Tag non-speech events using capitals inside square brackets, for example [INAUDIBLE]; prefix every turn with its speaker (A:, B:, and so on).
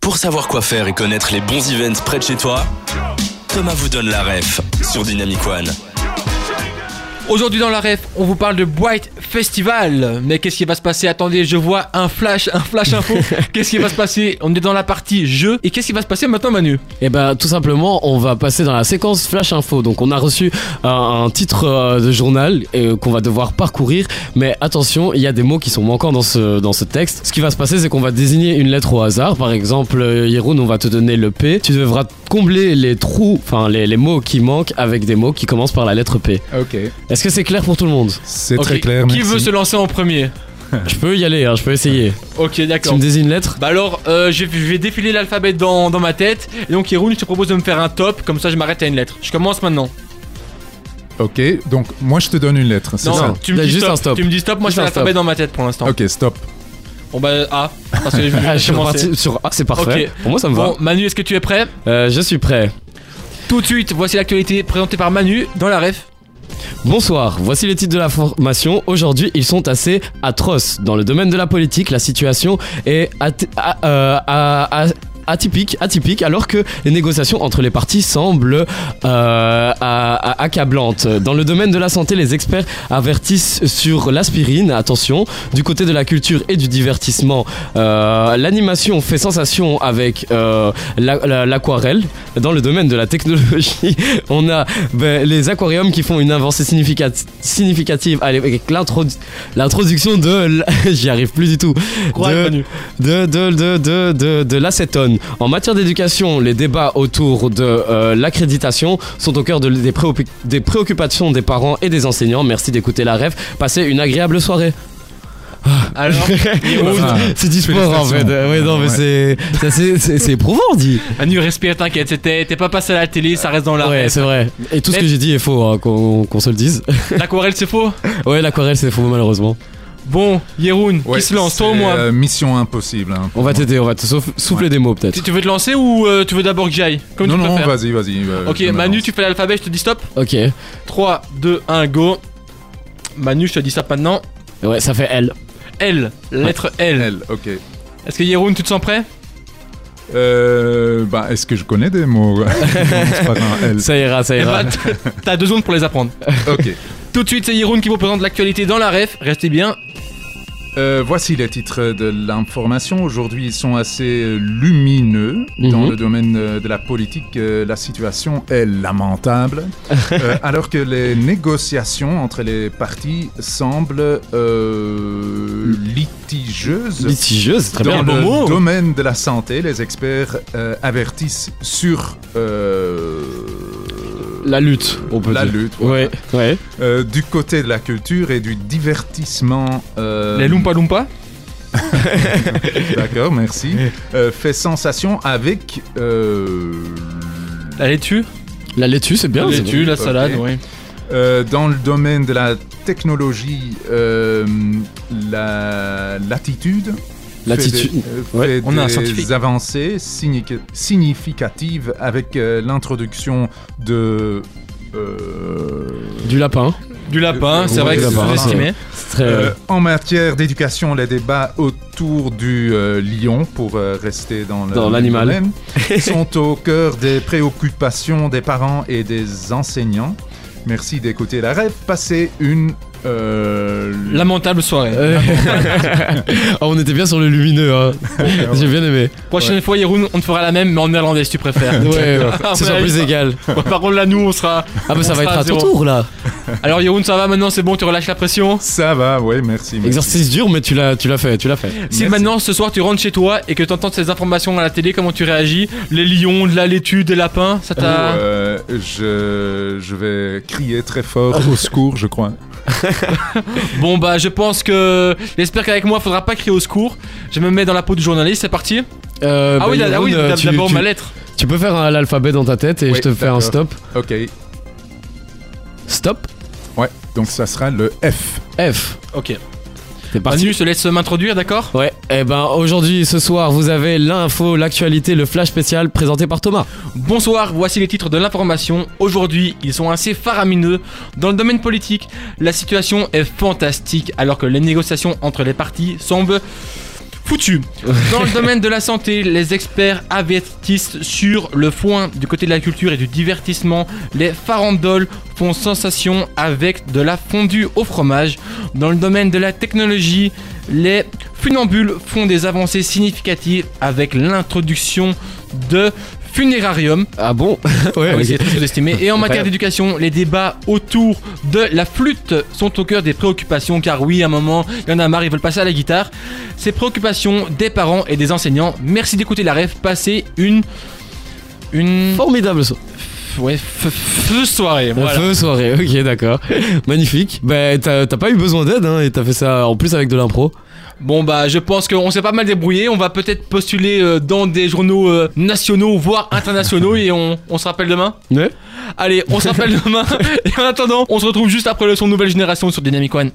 A: Pour savoir quoi faire et connaître les bons events près de chez toi, Thomas vous donne la ref sur Dynamic One.
B: Aujourd'hui dans la ref, on vous parle de Bright Festival. Mais qu'est-ce qui va se passer Attendez, je vois un flash, un flash
C: [LAUGHS]
B: info. qu'est-ce qui va se passer On est dans la partie jeu. Et qu'est-ce qui va se passer maintenant, Manu
C: Et ben tout simplement, on va passer dans la séquence flash info. Donc on a reçu un, un titre euh, de journal euh, qu'on va devoir parcourir, mais attention, il y a des mots qui sont manquants dans ce dans ce texte. Ce qui va se passer, c'est qu'on va désigner une lettre au hasard. Par exemple, euh, Yeroun, on va te donner le P. Tu devras combler les trous, enfin les, les mots qui manquent avec des mots qui commencent par la lettre P.
D: Ok.
C: Est-ce que c'est clair pour tout le monde
D: C'est
B: Ok,
D: très clair.
B: Qui
D: merci.
B: veut se lancer en premier
C: Je peux y aller, hein, je peux essayer.
B: Ok,
C: Tu
B: d'accord.
C: me désignes une lettre
B: Bah alors, euh, je, vais- je vais défiler l'alphabet dans, dans ma tête. Et donc, Yeroun, je te propose de me faire un top. Comme ça, je m'arrête à une lettre. Je commence maintenant.
D: Ok, donc moi je te donne une lettre, c'est
B: Non,
D: ça
B: tu me
C: Là,
B: dis
C: juste
B: stop.
C: un stop.
B: Tu me dis stop. Moi, je
C: Juste
B: fais
C: un
B: l'alphabet
C: stop.
B: dans ma tête pour l'instant.
D: Ok, stop.
B: Bon bah A. Parce
C: [LAUGHS]
B: que [LAUGHS] je
C: Ah, je
B: vais
C: suis
B: commencer.
C: reparti sur A, c'est parfait.
B: Ok.
C: Pour moi, ça me
B: Bon, Manu, est-ce que tu es prêt
C: va. Euh, je suis prêt.
B: Tout de suite, voici l'actualité présentée par Manu dans la ref.
C: Bonsoir, voici les titres de la formation. Aujourd'hui, ils sont assez atroces. Dans le domaine de la politique, la situation est at- a- euh, a- a- atypique, atypique, alors que les négociations entre les partis semblent euh, a- a- accablantes. Dans le domaine de la santé, les experts avertissent sur l'aspirine, attention. Du côté de la culture et du divertissement, euh, l'animation fait sensation avec euh, la- la- l'aquarelle. Dans le domaine de la technologie, [LAUGHS] on a ben, les aquariums qui font une avancée significat- significative avec l'introdu- l'introduction de. l- [LAUGHS] J'y arrive plus du tout. De, de, de, de, de, de, de l'acétone. En matière d'éducation, les débats autour de euh, l'accréditation sont au cœur de- des, préocu- des préoccupations des parents et des enseignants. Merci d'écouter la rêve. Passez une agréable soirée.
B: Alors,
C: [LAUGHS]
B: Yeroun,
D: Ah,
C: c'est du sport en fait.
D: félicitations.
C: Ouais, non, mais
D: Ouais.
C: c'est- c'est assez- c'est c'est éprouvant dit.
B: Manu, respire, t'inquiète. c'était- T'es pas passé à la télé, ça reste dans la
C: Ouais,
B: ref.
C: c'est vrai. Et tout ce que j'ai dit est faux, hein, qu'on qu'on se le dise. [LAUGHS]
B: L'aquarelle, c'est faux
C: Ouais, l'aquarelle c'est faux malheureusement.
B: Bon, Yeroun,
D: Ouais,
B: qui se lance Toi ou
D: c'est,
B: moi
D: euh, Mission impossible. hein.
C: On va t'aider, on va te sauf- souffler des mots peut-être.
B: Tu tu veux te lancer ou euh, tu veux d'abord que j'aille Comme
D: non,
B: tu
D: non,
B: préfères.
D: vas-y, vas-y. euh,
B: Ok,
D: je me
B: Manu,
D: lance.
B: tu fais l'alphabet, je te dis stop.
C: Ok.
B: 3, 2, 1, go. Manu, je te dis stop maintenant.
C: Ouais, ça fait L.
B: L, lettre L.
D: L, ok.
B: Est-ce que Yeroun, tu te sens prêt
D: Euh, bah, est-ce que je connais des mots [LAUGHS] Non, c'est pas grave, L.
C: Ça ira, ça
B: Eh
C: ira.
B: ben, t- [LAUGHS] T'as deux secondes pour les apprendre.
D: Ok.
B: Tout de suite, c'est Yeroun qui vous présente l'actualité dans la ref. Restez bien.
D: Euh, voici les titres de l'information. Aujourd'hui, ils sont assez lumineux. Dans
C: Mhm.
D: le domaine euh, de la politique, euh, la situation
C: [LAUGHS]
D: est lamentable. Euh, alors que les négociations entre les partis semblent euh, litigeuses.
C: Litigieuse, c'est très
D: Dans
C: bien.
D: le
C: Bon mot.
D: domaine de la santé, les experts euh, avertissent sur euh,
C: La lutte, on peut
D: la
C: dire.
D: lutte. voilà.
C: Ouais, ouais.
D: Euh, du côté de la culture et du divertissement. euh,
B: Les Loompa Loompa
D: D'accord, merci. Euh, fait sensation avec. euh,
B: La laitue
C: La laitue, c'est bien.
B: La
C: c'est
B: laitue, la
D: bon.
B: salade,
D: Ok.
B: oui.
D: euh, dans le domaine de la technologie, euh, la l'attitude.
C: L'attitude,
D: fait des- euh,
C: ouais.
D: fait
B: On a un
D: des
B: scientifique.
D: avancées signifi- significatives avec euh, l'introduction de. euh,
C: bon. Du lapin.
B: Du lapin,
D: Euh,
B: c'est
D: ouais,
B: vrai que
D: du
B: c'est
D: lapin.
B: sous-estimé.
C: C'est très.
D: Euh, en matière d'éducation, les débats autour du euh, lion, pour euh, rester dans le-
C: Dans l'animal. [LAUGHS]
D: domaine, sont au cœur des préoccupations des parents et des enseignants. Merci d'écouter la rêve. Passez une... euh,
B: Lamentable soirée.
C: Euh, [LAUGHS] Ah, on était bien sur le lumineux, hein. J'ai bien aimé.
B: Prochaine fois, Yeroun, on te fera la même, mais en néerlandais si tu préfères.
C: [LAUGHS] Ouais,
B: Ah,
C: c'est
B: ouais,
C: sur plus
B: ça.
C: égal.
B: Ouais, [LAUGHS] Par contre, là, nous, on sera.
C: Ah, bah ça
B: On
C: va être
B: sera
C: à ton
B: zéro.
C: tour là.
B: Alors, Yeroun, ça va maintenant, c'est bon, tu relâches la pression.
D: Ça va, oui, merci. merci.
C: Exercice dur, mais tu l'as, tu l'as fait, tu l'as fait.
B: Si
D: Merci.
B: maintenant, ce soir, tu rentres chez toi et que tu entends ces informations à la télé, comment tu réagis Les lions, de la laitue, des lapins, ça
D: Ou,
B: t'a.
D: euh, je, je vais crier très fort au secours, je crois.
B: Bon, bah, je pense que. J'espère qu'avec moi, faudra pas crier au secours. Je me mets dans la peau du journaliste, c'est parti.
C: Euh,
B: ah
C: bah,
B: oui, d'a- ah oui,
C: Jeroen, euh,
B: d'a-
C: tu-
B: d'abord
C: tu-
B: ma lettre.
C: Tu peux faire un- l'alphabet dans ta tête et
D: Oui,
C: je te fais un
D: d'accord.
C: stop.
D: Ok,
C: Stop.
D: ouais, donc ça sera le F.
C: F.
B: Ok.
C: C'est parti.
B: Manu, se laisse m'introduire, d'accord
C: Ouais, et ben aujourd'hui, ce soir, vous avez l'info, l'actualité, le flash spécial présenté par Thomas.
B: Bonsoir, voici les titres de l'information. Aujourd'hui, ils sont assez faramineux. Dans le domaine politique, la situation est fantastique alors que les négociations entre les partis semblent foutu. Dans le domaine de la santé, les experts avertissent sur le foin du côté de la culture et du divertissement. Les farandoles font sensation avec de la fondue au fromage. Dans le domaine de la technologie, les funambules font des avancées significatives avec l'introduction de funérarium.
C: Ah bon Ouais,
B: Oui,
C: ok.
B: c'est très sous-estimé.
C: [LAUGHS]
B: Et en matière
C: Incroyable.
B: d'éducation, les débats autour de la flûte sont au cœur des préoccupations, car oui, à un moment, il y en a marre, ils veulent passer à la guitare. Ces préoccupations des parents et des enseignants. Merci d'écouter la rêve. Passez une. Une.
C: Formidable so-
B: Ouais, f- f- soirée.
C: Un
B: Voilà.
C: feu soirée, ok d'accord. Magnifique. Bah t'as t'as pas eu besoin d'aide hein, et t'as fait ça en plus avec de l'impro.
B: Bon, bah, je pense qu'on s'est pas mal débrouillé. On va peut-être postuler euh, dans des journaux euh, nationaux, voire internationaux, et on, on se rappelle demain.
C: Ouais. [LAUGHS]
B: Allez, on se rappelle demain. Et en attendant, on se retrouve juste après le son Nouvelle Génération sur Dynamic One.